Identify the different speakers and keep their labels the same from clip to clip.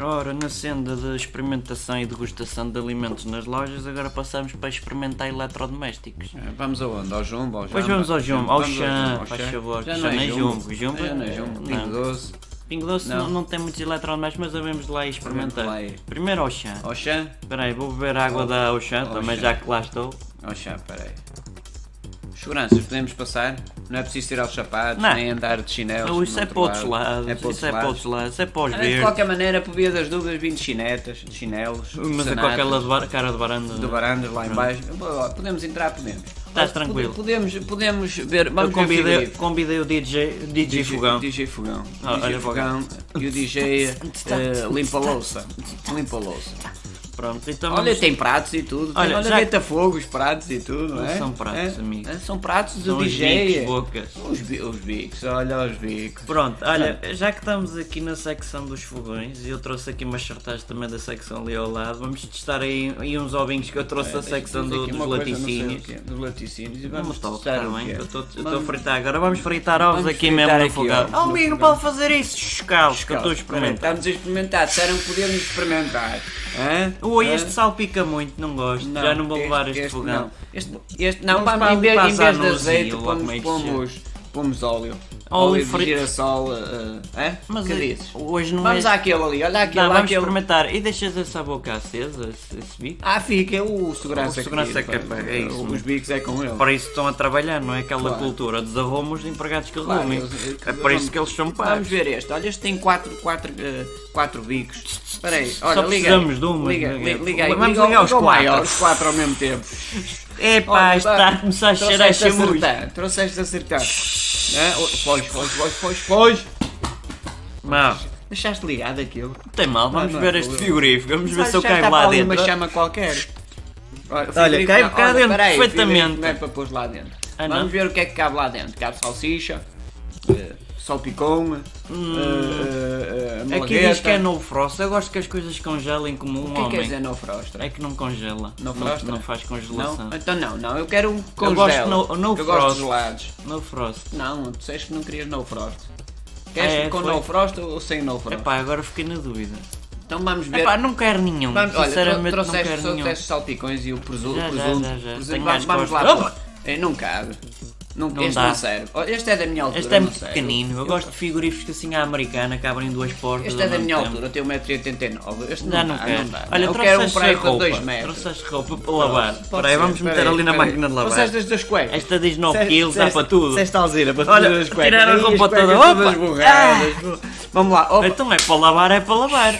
Speaker 1: Ora, na senda da experimentação e degustação de alimentos nas lojas, agora passamos para experimentar eletrodomésticos.
Speaker 2: Eh, Vamos aonde? Ao Jumbo? Ao
Speaker 1: Pois
Speaker 2: Jamba?
Speaker 1: vamos ao Jumbo, ao
Speaker 2: Vamos
Speaker 1: Xan,
Speaker 2: ao
Speaker 1: faz
Speaker 2: Xan.
Speaker 1: favor,
Speaker 2: Já
Speaker 1: Xan
Speaker 2: não
Speaker 1: é Jumbo, Jumbo
Speaker 2: Já não
Speaker 1: é-
Speaker 2: é Jumbo.
Speaker 1: não.
Speaker 2: Pingo Doce.
Speaker 1: Pingo Doce não.
Speaker 2: Não.
Speaker 1: não tem muitos eletrodomésticos, mas sabemos de lá e experimentar.
Speaker 2: Vamos lá aí.
Speaker 1: Primeiro ao chão.
Speaker 2: Ao Xan?
Speaker 1: Espera aí, vou beber água da Auchan
Speaker 2: Auchan.
Speaker 1: também, já que lá estou.
Speaker 2: Ao Xan, peraí. Seguranças, podemos passar? Não é preciso tirar os sapatos,
Speaker 1: Não.
Speaker 2: nem andar de chinelos.
Speaker 1: Não, isso
Speaker 2: no
Speaker 1: é
Speaker 2: outro
Speaker 1: para outros
Speaker 2: lado.
Speaker 1: lados,
Speaker 2: É para outros
Speaker 1: isso é para
Speaker 2: lados.
Speaker 1: outros lados, isso é para os
Speaker 2: Ah, De
Speaker 1: verdes.
Speaker 2: qualquer maneira, por via das dúvidas, vim de chinetas, de chinelos.
Speaker 1: Mas é com
Speaker 2: sanatas,
Speaker 1: aquela de bar- cara de baranda.
Speaker 2: Do Barandas lá em baixo. Boa, Podemos entrar, podemos. Agora,
Speaker 1: Tá, tranquilo.
Speaker 2: Podemos, podemos ver.
Speaker 1: Eu
Speaker 2: Vamos ver é o
Speaker 1: convidei,
Speaker 2: frigorífico.
Speaker 1: convidei o DJ, DJ, Fogão.
Speaker 2: DJ Fogão.
Speaker 1: Ah,
Speaker 2: DJ
Speaker 1: olha,
Speaker 2: Fogão e o DJ eh, Limpa Louça. Limpa Louça.
Speaker 1: Pronto, então
Speaker 2: Olha,
Speaker 1: vamos-
Speaker 2: tem pratos e tudo. Tem-
Speaker 1: Olha,
Speaker 2: Olha,
Speaker 1: já-
Speaker 2: deita fogo os pratos e tudo, não é?
Speaker 1: são pratos,
Speaker 2: É?
Speaker 1: amigo.
Speaker 2: É, São pratos do
Speaker 1: são os bicos,
Speaker 2: DJ.
Speaker 1: bocas.
Speaker 2: Os, bi- os bicos, olha os bicos.
Speaker 1: Pronto, olha, já que estamos aqui na secção dos fogões e eu trouxe aqui umas chartagens também da secção ali ao lado, vamos testar aí, aí uns ovinhos que eu trouxe da secção
Speaker 2: Temos
Speaker 1: do-
Speaker 2: É, aqui
Speaker 1: dos
Speaker 2: uma coisa, não sei o
Speaker 1: laticínios.
Speaker 2: quê, Dos laticínios. E
Speaker 1: Vamos
Speaker 2: vamos
Speaker 1: tocar,
Speaker 2: testar
Speaker 1: tá
Speaker 2: o
Speaker 1: bem?
Speaker 2: quê?
Speaker 1: Eu estou a
Speaker 2: Vamos-
Speaker 1: fritar agora, vamos fritar ovos
Speaker 2: Vamos
Speaker 1: aqui mesmo
Speaker 2: fritar
Speaker 1: no
Speaker 2: aqui
Speaker 1: fogão.
Speaker 2: ovos.
Speaker 1: Oh, amigo, não pode fazer isso! Chocá-los, que eu estou a
Speaker 2: Espera,
Speaker 1: experimentar.
Speaker 2: Estamos a experimentar, disseram que podíamos experimentar. Hã?
Speaker 1: Ui,
Speaker 2: Hã?
Speaker 1: este salpica muito, não gosto, já não vou levar este, fogão.
Speaker 2: Não, este, este não,
Speaker 1: Mas
Speaker 2: vamos
Speaker 1: pá,
Speaker 2: em vez, em
Speaker 1: passa
Speaker 2: vez de
Speaker 1: anúncio,
Speaker 2: azeite,
Speaker 1: logo
Speaker 2: pomos,
Speaker 1: meio é que
Speaker 2: pomos, pomos óleo.
Speaker 1: Óleo
Speaker 2: Óleo de
Speaker 1: frito.
Speaker 2: girassol. Uh,
Speaker 1: Mas
Speaker 2: que
Speaker 1: eh,
Speaker 2: dizes?
Speaker 1: hoje não
Speaker 2: Vamos
Speaker 1: é...
Speaker 2: àquele ali, olha aquele,
Speaker 1: Não,
Speaker 2: lá
Speaker 1: vamos
Speaker 2: aquele.
Speaker 1: experimentar. E deixas essa boca acesa, esse, esse bico?
Speaker 2: Ah, fica o segurança,
Speaker 1: O segurança que
Speaker 2: pá,
Speaker 1: apaga, é isso
Speaker 2: Os
Speaker 1: mesmo.
Speaker 2: bicos é com ele.
Speaker 1: Para isso estão a trabalhar, não é aquela
Speaker 2: Claro.
Speaker 1: cultura dos arrumos de empregados que
Speaker 2: Claro,
Speaker 1: arrumem.
Speaker 2: eles- eles-
Speaker 1: É para isso que eles são
Speaker 2: Vamos
Speaker 1: pagos.
Speaker 2: ver este, olha este tem 4 quatro, eh, quatro bicos. Espera aí, olha, liga. aí.
Speaker 1: precisamos de um,
Speaker 2: Liga,
Speaker 1: liga.
Speaker 2: liga, liga aí.
Speaker 1: Vamos
Speaker 2: liga
Speaker 1: ligar
Speaker 2: ao-
Speaker 1: os
Speaker 2: liga ao
Speaker 1: quatro.
Speaker 2: maior, os quatro ao mesmo tempo.
Speaker 1: Epá, está a começar a cheirar a
Speaker 2: Trouxeste
Speaker 1: chamuço.
Speaker 2: Então acertar, Trouxeste acertar. Né? Oh, Foge, foge, foge, foge, foge.
Speaker 1: Não,
Speaker 2: Deixaste ligado aquilo.
Speaker 1: não tem mal, vamos
Speaker 2: Não, não,
Speaker 1: ver
Speaker 2: não,
Speaker 1: este
Speaker 2: não.
Speaker 1: frigorífico, vamos ver se eu
Speaker 2: Já
Speaker 1: caio
Speaker 2: está
Speaker 1: lá
Speaker 2: para ali
Speaker 1: dentro.
Speaker 2: uma chama qualquer. Olha,
Speaker 1: Olha, cai cá dentro perfeitamente.
Speaker 2: Não é para pôr lá dentro.
Speaker 1: Ah,
Speaker 2: Vamos
Speaker 1: não?
Speaker 2: ver o que é que cabe lá dentro. Cabe salsicha, eh, salpicão, eh, eh, eh,
Speaker 1: Hum. Aqui diz que é
Speaker 2: malagueta.
Speaker 1: no frost, eu gosto que as coisas congelem como um
Speaker 2: O que é que quer
Speaker 1: homem.
Speaker 2: dizer no frostra?
Speaker 1: É que não congela,
Speaker 2: No frostra?
Speaker 1: não faz congelação.
Speaker 2: Não? Então não, não. Eu quero um
Speaker 1: Eu
Speaker 2: congelo.
Speaker 1: gosto no- no
Speaker 2: Eu
Speaker 1: frost.
Speaker 2: gosto de gelados.
Speaker 1: No frost.
Speaker 2: Não, tu disseste que não querias no frost.
Speaker 1: Ah,
Speaker 2: Queres
Speaker 1: é,
Speaker 2: com
Speaker 1: foi?
Speaker 2: no frost ou sem no frost?
Speaker 1: Epá, agora fiquei na dúvida.
Speaker 2: Então vamos ver.
Speaker 1: Epá, não quero nenhum,
Speaker 2: vamos, olha,
Speaker 1: sinceramente
Speaker 2: tro-
Speaker 1: não quero
Speaker 2: trouxeste,
Speaker 1: nenhum.
Speaker 2: trouxeste salpicões e o presu-
Speaker 1: Já, já,
Speaker 2: presunto. presunto,
Speaker 1: já, já. Tenho
Speaker 2: vamos,
Speaker 1: mais
Speaker 2: vamos lá.
Speaker 1: costas.
Speaker 2: pôr. Eh, não cabe. Não,
Speaker 1: Não
Speaker 2: este
Speaker 1: dá.
Speaker 2: não serve. Olha, Este é da minha altura.
Speaker 1: Este é
Speaker 2: não
Speaker 1: muito
Speaker 2: serve.
Speaker 1: pequenino, eu gosto de frigoríficos assim à americana que abrem duas portas.
Speaker 2: Este é
Speaker 1: ao
Speaker 2: da
Speaker 1: mesmo
Speaker 2: minha
Speaker 1: tempo.
Speaker 2: altura, eu tenho 1,89m. Este
Speaker 1: Já
Speaker 2: não,
Speaker 1: não
Speaker 2: dá,
Speaker 1: quero.
Speaker 2: Ah, não dá.
Speaker 1: Olha,
Speaker 2: eu quero um
Speaker 1: trouxeste
Speaker 2: praia com
Speaker 1: roupa.
Speaker 2: 2 metros.
Speaker 1: Trouxeste roupa para lavar.
Speaker 2: Pode
Speaker 1: Espera aí,
Speaker 2: ser,
Speaker 1: vamos meter
Speaker 2: espera aí,
Speaker 1: ali na
Speaker 2: espera aí.
Speaker 1: máquina de lavar.
Speaker 2: Trouxeste as das cuecas.
Speaker 1: Esta diz 9
Speaker 2: Disseste-
Speaker 1: quilos, dá
Speaker 2: disseste-
Speaker 1: para tudo.
Speaker 2: disseste Alzira, para
Speaker 1: Olha,
Speaker 2: todas as cuecas.
Speaker 1: tirar a
Speaker 2: Aí as
Speaker 1: roupa
Speaker 2: cuecas
Speaker 1: toda,
Speaker 2: todas
Speaker 1: opa!
Speaker 2: borradas. Vamos lá, opa.
Speaker 1: Então é para lavar, é para lavar.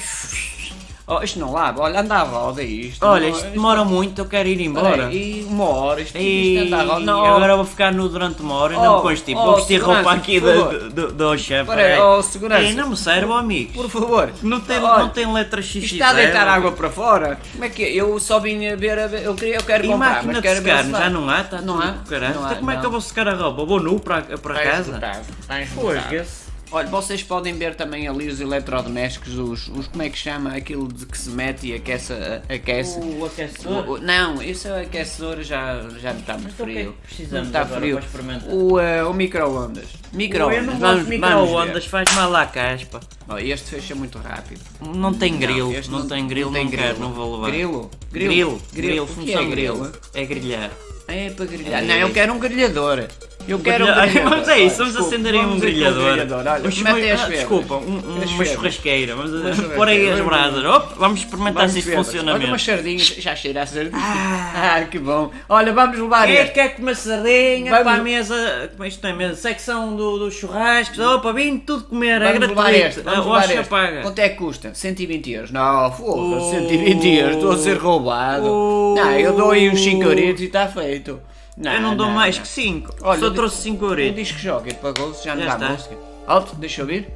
Speaker 2: Oh, isto não lava, olha, anda à roda isto.
Speaker 1: Olha,
Speaker 2: Não,
Speaker 1: isto demora muito, eu quero ir embora.
Speaker 2: Olha, E uma hora, isto, isto
Speaker 1: E
Speaker 2: anda à roda. Não,
Speaker 1: agora vou ficar nu durante uma hora e não
Speaker 2: Oh,
Speaker 1: me constipo.
Speaker 2: oh,
Speaker 1: Vou vestir
Speaker 2: segurança,
Speaker 1: roupa aqui
Speaker 2: por
Speaker 1: da-
Speaker 2: favor.
Speaker 1: do do chefe.
Speaker 2: Espera aí, oh, segurança.
Speaker 1: Ei, Não me serve, amigo.
Speaker 2: por favor.
Speaker 1: Não tem,
Speaker 2: Olha,
Speaker 1: não tem letra xixi.
Speaker 2: Isto está a deitar água para fora? Como é que é? Eu só vim a ver, a ver- eu, queria, eu quero
Speaker 1: E
Speaker 2: comprar,
Speaker 1: máquina
Speaker 2: mas
Speaker 1: de
Speaker 2: quero ver
Speaker 1: secar,
Speaker 2: se
Speaker 1: já
Speaker 2: vai.
Speaker 1: não há, está
Speaker 2: Não
Speaker 1: tudo
Speaker 2: há, tá
Speaker 1: do caralho.
Speaker 2: não
Speaker 1: Então
Speaker 2: há,
Speaker 1: como é que
Speaker 2: não.
Speaker 1: eu vou secar a roupa? Vou nu para, para
Speaker 2: Vai
Speaker 1: casa?
Speaker 2: esgotar, vai esgotar.
Speaker 1: Pois,
Speaker 2: Olha, vocês podem ver também ali os eletrodomésticos, os, os como é que chama aquilo de que se mete e aquece, aquece.
Speaker 1: o aquecedor.
Speaker 2: O- o- não, isso é o aquecedor já, já me está muito
Speaker 1: então o que é que
Speaker 2: frio.
Speaker 1: precisamos
Speaker 2: está
Speaker 1: agora
Speaker 2: frio.
Speaker 1: para experimentar?
Speaker 2: O, eh, o micro-ondas.
Speaker 1: Eu
Speaker 2: Micro-ondas.
Speaker 1: não gosto
Speaker 2: vamos-
Speaker 1: de
Speaker 2: vamos ver.
Speaker 1: micro-ondas, faz mal à caspa.
Speaker 2: Oh, este fecha muito rápido.
Speaker 1: Não tem grilo,
Speaker 2: este
Speaker 1: não, tem grilo, não, quero, não vou levar.
Speaker 2: Grilo?
Speaker 1: Grilo, grilo,
Speaker 2: Grilo. O que
Speaker 1: função
Speaker 2: é
Speaker 1: grilo.
Speaker 2: grilo?
Speaker 1: É grelhar.
Speaker 2: É para grelhar. Não, eu quero um grelhador. Eu quero um
Speaker 1: Grelhar-
Speaker 2: grelhador.
Speaker 1: Vamos a isso, vamos
Speaker 2: Olha, desculpa,
Speaker 1: acender aí um
Speaker 2: vamos ir com o
Speaker 1: grelhador.
Speaker 2: Olha,
Speaker 1: Um
Speaker 2: mete
Speaker 1: churras-
Speaker 2: as
Speaker 1: ah,
Speaker 2: febres.
Speaker 1: desculpa, um- um-
Speaker 2: As
Speaker 1: uma
Speaker 2: febres.
Speaker 1: churrasqueira. Vamos a-
Speaker 2: churrasqueira.
Speaker 1: pôr aí as
Speaker 2: Vamos-
Speaker 1: brasas. Op, vamos experimentar
Speaker 2: Vamos
Speaker 1: se isto
Speaker 2: ver.
Speaker 1: funciona
Speaker 2: Olha umas
Speaker 1: mesmo.
Speaker 2: sardinhas, já cheira a sardinha. Ah, que bom. Olha, vamos levar
Speaker 1: Quem é que
Speaker 2: este.
Speaker 1: quer comer sardinha
Speaker 2: Vamos-
Speaker 1: para a mesa? Como é isto não é mesa? Secção do- dos churrascos. Opa, vim tudo comer, é
Speaker 2: Vamos levar este.
Speaker 1: gratuito. A
Speaker 2: Vamos levar
Speaker 1: Oxa
Speaker 2: este.
Speaker 1: paga.
Speaker 2: Quanto é que custa? 120 euros. Não, foda
Speaker 1: Oh.
Speaker 2: 120 euros. Estou a ser roubado.
Speaker 1: Oh.
Speaker 2: Não, eu dou aí uns 5 euros e está feito.
Speaker 1: Eu não dou mais
Speaker 2: não.
Speaker 1: que 5.
Speaker 2: Olha,
Speaker 1: Só
Speaker 2: di-
Speaker 1: trouxe 5
Speaker 2: Um
Speaker 1: euros.
Speaker 2: disco jockey pagou-se, já não
Speaker 1: Já
Speaker 2: dá
Speaker 1: está.
Speaker 2: música. Alto, deixa eu ouvir.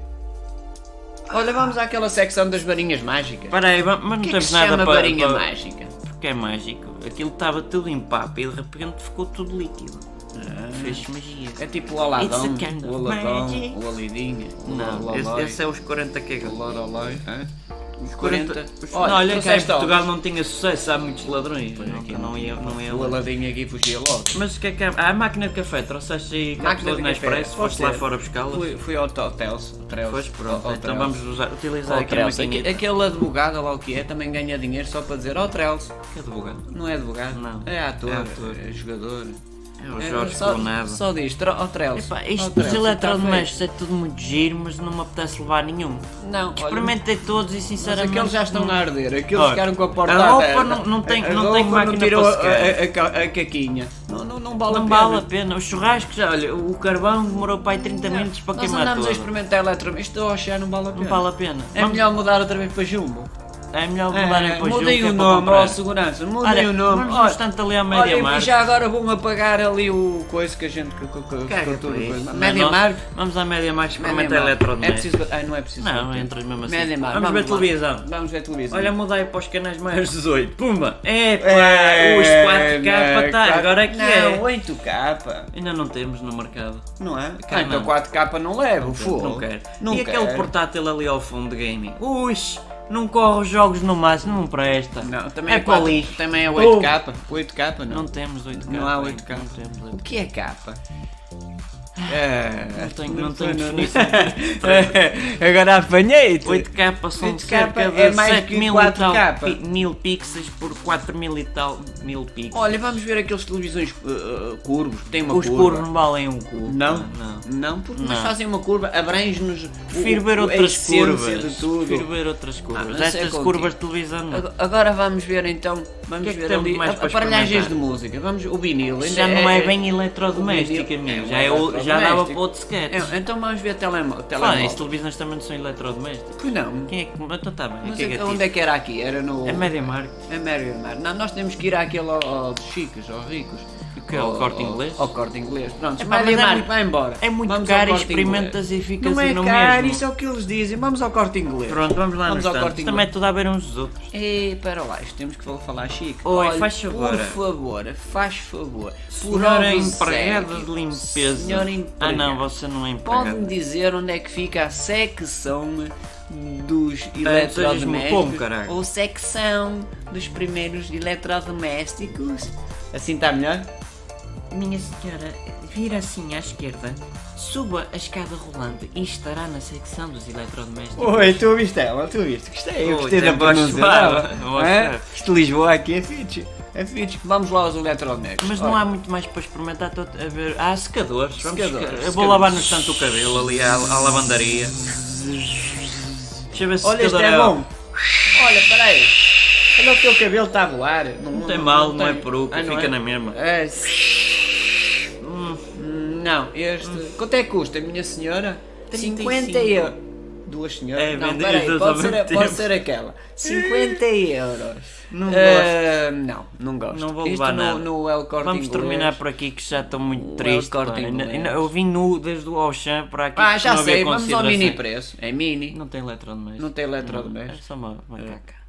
Speaker 2: Olha, vamos àquela secção das varinhas mágicas.
Speaker 1: Espera aí, va- mas não
Speaker 2: O que é que
Speaker 1: temos
Speaker 2: se
Speaker 1: nada
Speaker 2: chama
Speaker 1: para.
Speaker 2: varinha
Speaker 1: para-
Speaker 2: mágica?
Speaker 1: Porque é mágico. Aquilo estava tudo em papo e de repente ficou tudo líquido. Fez magia.
Speaker 2: É tipo o aladão,
Speaker 1: It's a kind
Speaker 2: o
Speaker 1: of
Speaker 2: aladão,
Speaker 1: magic.
Speaker 2: o alidinha, o
Speaker 1: Não, esse,
Speaker 2: alolói,
Speaker 1: esse é os 40 que é
Speaker 2: o
Speaker 1: que-
Speaker 2: lorolói, hã? Os 40.
Speaker 1: Os-
Speaker 2: Olha, então
Speaker 1: não, olha que em
Speaker 2: trouxeste ovos.
Speaker 1: Portugal não tinha sucesso, há muitos ladrões. Não, não ia, não ia
Speaker 2: O
Speaker 1: lá.
Speaker 2: Aladinho aqui fugia logo.
Speaker 1: Mas o que é que há? Ah, a máquina de café, trouxeste aí cápsulas na Expresso,
Speaker 2: Pode
Speaker 1: foste lá
Speaker 2: ser.
Speaker 1: fora buscá-las.
Speaker 2: Fui, fui ao Totels.
Speaker 1: Pois pronto, então vamos usar, utilizar
Speaker 2: Ao
Speaker 1: aqui a
Speaker 2: Trells.
Speaker 1: maquininha.
Speaker 2: Aque- Aquele advogado lá o que é também ganha dinheiro só para dizer, ó Trells,
Speaker 1: Que advogado?
Speaker 2: não é advogado,
Speaker 1: Não.
Speaker 2: é ator,
Speaker 1: É
Speaker 2: é,
Speaker 1: ator.
Speaker 2: jogador.
Speaker 1: É o
Speaker 2: É,
Speaker 1: Jorge
Speaker 2: só,
Speaker 1: Bonado.
Speaker 2: só diz, oh, "Tro- ó Trells.
Speaker 1: Epá,
Speaker 2: ó,
Speaker 1: isto
Speaker 2: Trells,
Speaker 1: dos
Speaker 2: tá
Speaker 1: eletrodomésticos é tudo muito giro, mas não me apetece levar nenhum.
Speaker 2: feio." Não, olha,
Speaker 1: Experimentei todos e
Speaker 2: mas
Speaker 1: sinceramente.
Speaker 2: aqueles já estão
Speaker 1: não-
Speaker 2: a arder, aqueles
Speaker 1: Olha,
Speaker 2: ficaram com a porta
Speaker 1: a roupa
Speaker 2: aberta.
Speaker 1: não- não tem-
Speaker 2: A
Speaker 1: não tem
Speaker 2: roupa
Speaker 1: máquina para
Speaker 2: tirou a-
Speaker 1: secar.
Speaker 2: a, a, ca- a caquinha. Não, não, não vale a
Speaker 1: Não
Speaker 2: pena.
Speaker 1: vale a pena. O churrasco já, olha, o carvão demorou para aí 30 minutos para
Speaker 2: Nós
Speaker 1: queimar
Speaker 2: andamos
Speaker 1: tudo.
Speaker 2: a experimentar eletrodomésticos, estou a achar não vale a pena.
Speaker 1: Não vale a pena.
Speaker 2: É
Speaker 1: Vamos-
Speaker 2: melhor mudar outra vez para Jumbo.
Speaker 1: é melhor mudar
Speaker 2: É,
Speaker 1: é, depois
Speaker 2: mudem
Speaker 1: junto,
Speaker 2: o
Speaker 1: é para
Speaker 2: nome,
Speaker 1: comprar.
Speaker 2: ó segurança, mudem
Speaker 1: Olha,
Speaker 2: o nome.
Speaker 1: vamos
Speaker 2: Olha,
Speaker 1: bastante ali à
Speaker 2: Olha, e
Speaker 1: Mediamarkt.
Speaker 2: já agora vou-me apagar ali o coisa que a gente que, que, que,
Speaker 1: Caga
Speaker 2: que,
Speaker 1: por
Speaker 2: tudo,
Speaker 1: é isso.
Speaker 2: coisa.
Speaker 1: Não,
Speaker 2: Média
Speaker 1: não-
Speaker 2: Mark.
Speaker 1: Vamos à Média Mark experimentar
Speaker 2: Média Mark. É
Speaker 1: eletrodomésticos.
Speaker 2: preciso. Ai, não é preciso.
Speaker 1: Não,
Speaker 2: bater.
Speaker 1: entras mesmo assim.
Speaker 2: Média Mark,
Speaker 1: Vamos ver
Speaker 2: lá.
Speaker 1: televisão.
Speaker 2: é Vamos ver televisão.
Speaker 1: Olha, mudei para os canais maiores 18. Puma! É pá!
Speaker 2: É,
Speaker 1: os 4K
Speaker 2: né,
Speaker 1: tá,
Speaker 2: quatro-
Speaker 1: agora é que é.
Speaker 2: Não, 8K.
Speaker 1: Ainda não temos no mercado.
Speaker 2: Não é?
Speaker 1: Quem
Speaker 2: Ah, então
Speaker 1: não?
Speaker 2: 4K não levo, fogo.
Speaker 1: Não quero.
Speaker 2: Não
Speaker 1: e aquele
Speaker 2: quero.
Speaker 1: portátil ali ao fundo de gaming? Ui! Não corre os jogos no máximo, não presta.
Speaker 2: Não, também
Speaker 1: é
Speaker 2: é,
Speaker 1: para o
Speaker 2: 4,
Speaker 1: lixo.
Speaker 2: Também é 8K. 8K não.
Speaker 1: Não temos 8K.
Speaker 2: Não há
Speaker 1: ainda,
Speaker 2: 8K.
Speaker 1: Não temos 8K.
Speaker 2: O que é capa? É,
Speaker 1: Não tenho, não É. tenho
Speaker 2: sei,
Speaker 1: definição.
Speaker 2: Agora apanhei-te.
Speaker 1: 8K são
Speaker 2: 8K
Speaker 1: cerca de
Speaker 2: é mais que
Speaker 1: 7 mil e
Speaker 2: 4K.
Speaker 1: tal pi- mil pixels por 4 mil e tal mil pixels.
Speaker 2: Olha, vamos ver aqueles televisões uh, uh, curvos que têm uma
Speaker 1: Os
Speaker 2: curva.
Speaker 1: curvos não valem um cubo.
Speaker 2: Não?
Speaker 1: pá, Não.
Speaker 2: Não, porque nós
Speaker 1: Não.
Speaker 2: fazem uma curva, abrange-nos. o-
Speaker 1: Prefiro ver
Speaker 2: o- a
Speaker 1: outras
Speaker 2: essência
Speaker 1: curvas.
Speaker 2: De tudo.
Speaker 1: Prefiro ver outras
Speaker 2: Ah,
Speaker 1: curvas.
Speaker 2: mas é
Speaker 1: Estas
Speaker 2: contigo.
Speaker 1: curvas de televisão não.
Speaker 2: Ag- Agora vamos ver então, vamos
Speaker 1: que é que
Speaker 2: ver
Speaker 1: temos
Speaker 2: ali
Speaker 1: mais
Speaker 2: a-
Speaker 1: para
Speaker 2: aparelhagens
Speaker 1: experimentar?
Speaker 2: de música, vamos o vinil, ainda
Speaker 1: Já não é bem eletrodoméstico,
Speaker 2: o vinil-
Speaker 1: amigo.
Speaker 2: é um
Speaker 1: Já, é o- já dava
Speaker 2: eletrodoméstico.
Speaker 1: para outro sketch.
Speaker 2: É, então vamos ver
Speaker 1: Claro,
Speaker 2: telemóvel.
Speaker 1: as
Speaker 2: telemóvel.
Speaker 1: televisões também não são eletrodomésticos.
Speaker 2: Pois não.
Speaker 1: Quem é que. Então tá bem.
Speaker 2: Mas
Speaker 1: Quem é que é
Speaker 2: onde é que era aqui? Era no
Speaker 1: É média marca.
Speaker 2: A Mary Mar. Não, nós temos que ir àquele ao, aos chiques, aos ricos.
Speaker 1: O quê? Ao Corte Inglês?
Speaker 2: Ao corte inglês. Pronto,
Speaker 1: É pá,
Speaker 2: vai
Speaker 1: mas é
Speaker 2: Mar,
Speaker 1: muito-
Speaker 2: vai embora.
Speaker 1: é muito
Speaker 2: Vamos
Speaker 1: caro
Speaker 2: ao
Speaker 1: e
Speaker 2: Corte
Speaker 1: experimentas
Speaker 2: Inglês.
Speaker 1: e ficas
Speaker 2: Não é
Speaker 1: aí no
Speaker 2: caro,
Speaker 1: mesmo.
Speaker 2: isso é o que eles dizem. Vamos ao corte inglês.
Speaker 1: Pronto, vamos lá
Speaker 2: Vamos
Speaker 1: nos
Speaker 2: ao corte
Speaker 1: tantos. Também é tudo a ver uns dos outros.
Speaker 2: E para lá, isto temos que fal- falar chique.
Speaker 1: Oi,
Speaker 2: Olha,
Speaker 1: faz favor.
Speaker 2: Por favor, faz favor. Por
Speaker 1: Senhora empregada
Speaker 2: empregado
Speaker 1: de limpeza.
Speaker 2: Senhora
Speaker 1: ah
Speaker 2: empregada.
Speaker 1: não, você não é
Speaker 2: Pode-me
Speaker 1: empregada.
Speaker 2: dizer onde é que fica a secção dos
Speaker 1: sejas-me como,
Speaker 2: eletrodomésticos
Speaker 1: caralho.
Speaker 2: ou secção dos primeiros eletrodomésticos? Assim está melhor?
Speaker 1: Minha senhora, vira assim à esquerda, suba a escada rolante e estará na secção dos eletrodomésticos.
Speaker 2: Oi, tu ouviste ela, tu ouviste, gostei,
Speaker 1: Oi,
Speaker 2: eu gostei da
Speaker 1: tem voz
Speaker 2: pronúncia
Speaker 1: suave,
Speaker 2: dela.
Speaker 1: voz
Speaker 2: É?
Speaker 1: suave.
Speaker 2: Isto de Lisboa aqui é fixe, é fixe. Vamos lá aos eletrodomésticos.
Speaker 1: Mas não há muito mais para experimentar, estou a ver. Há secadores. Vamos
Speaker 2: Secadores,
Speaker 1: secar. Eu vou
Speaker 2: secadores.
Speaker 1: lavar no instante o cabelo ali à, à lavandaria. Deixa eu ver se
Speaker 2: Olha, este
Speaker 1: secador
Speaker 2: é
Speaker 1: o-
Speaker 2: bom. Olha, peraí. Olha o teu cabelo está a voar. Não, Ah,
Speaker 1: tem mal, não é peruca,
Speaker 2: não
Speaker 1: fica na mesma.
Speaker 2: É. Hum, Não, este. Quanto é que custa, minha senhora?
Speaker 1: 35.
Speaker 2: 50 euros. Duas senhoras?
Speaker 1: É,
Speaker 2: não,
Speaker 1: vendem as
Speaker 2: peraí,
Speaker 1: duas
Speaker 2: pode
Speaker 1: ao
Speaker 2: ser,
Speaker 1: mesmo
Speaker 2: pode
Speaker 1: tempo.
Speaker 2: ser aquela. 50 euros.
Speaker 1: Não
Speaker 2: Ah, Não, não gosto.
Speaker 1: Não vou
Speaker 2: Isto
Speaker 1: levar
Speaker 2: no,
Speaker 1: nada.
Speaker 2: no El Corte
Speaker 1: Vamos
Speaker 2: Inglês.
Speaker 1: terminar por aqui que já estou muito
Speaker 2: O
Speaker 1: triste. pá.
Speaker 2: Corte
Speaker 1: Ainda-
Speaker 2: Inglês.
Speaker 1: ainda- Eu vim nu desde o Auchan para aqui.
Speaker 2: Ah,
Speaker 1: porque
Speaker 2: já
Speaker 1: não havia
Speaker 2: sei, vamos ao
Speaker 1: consideração.
Speaker 2: mini preço. É mini.
Speaker 1: Não tem eletrodoméstico.
Speaker 2: Não tem eletrodoméstico.
Speaker 1: É só uma, uma caca.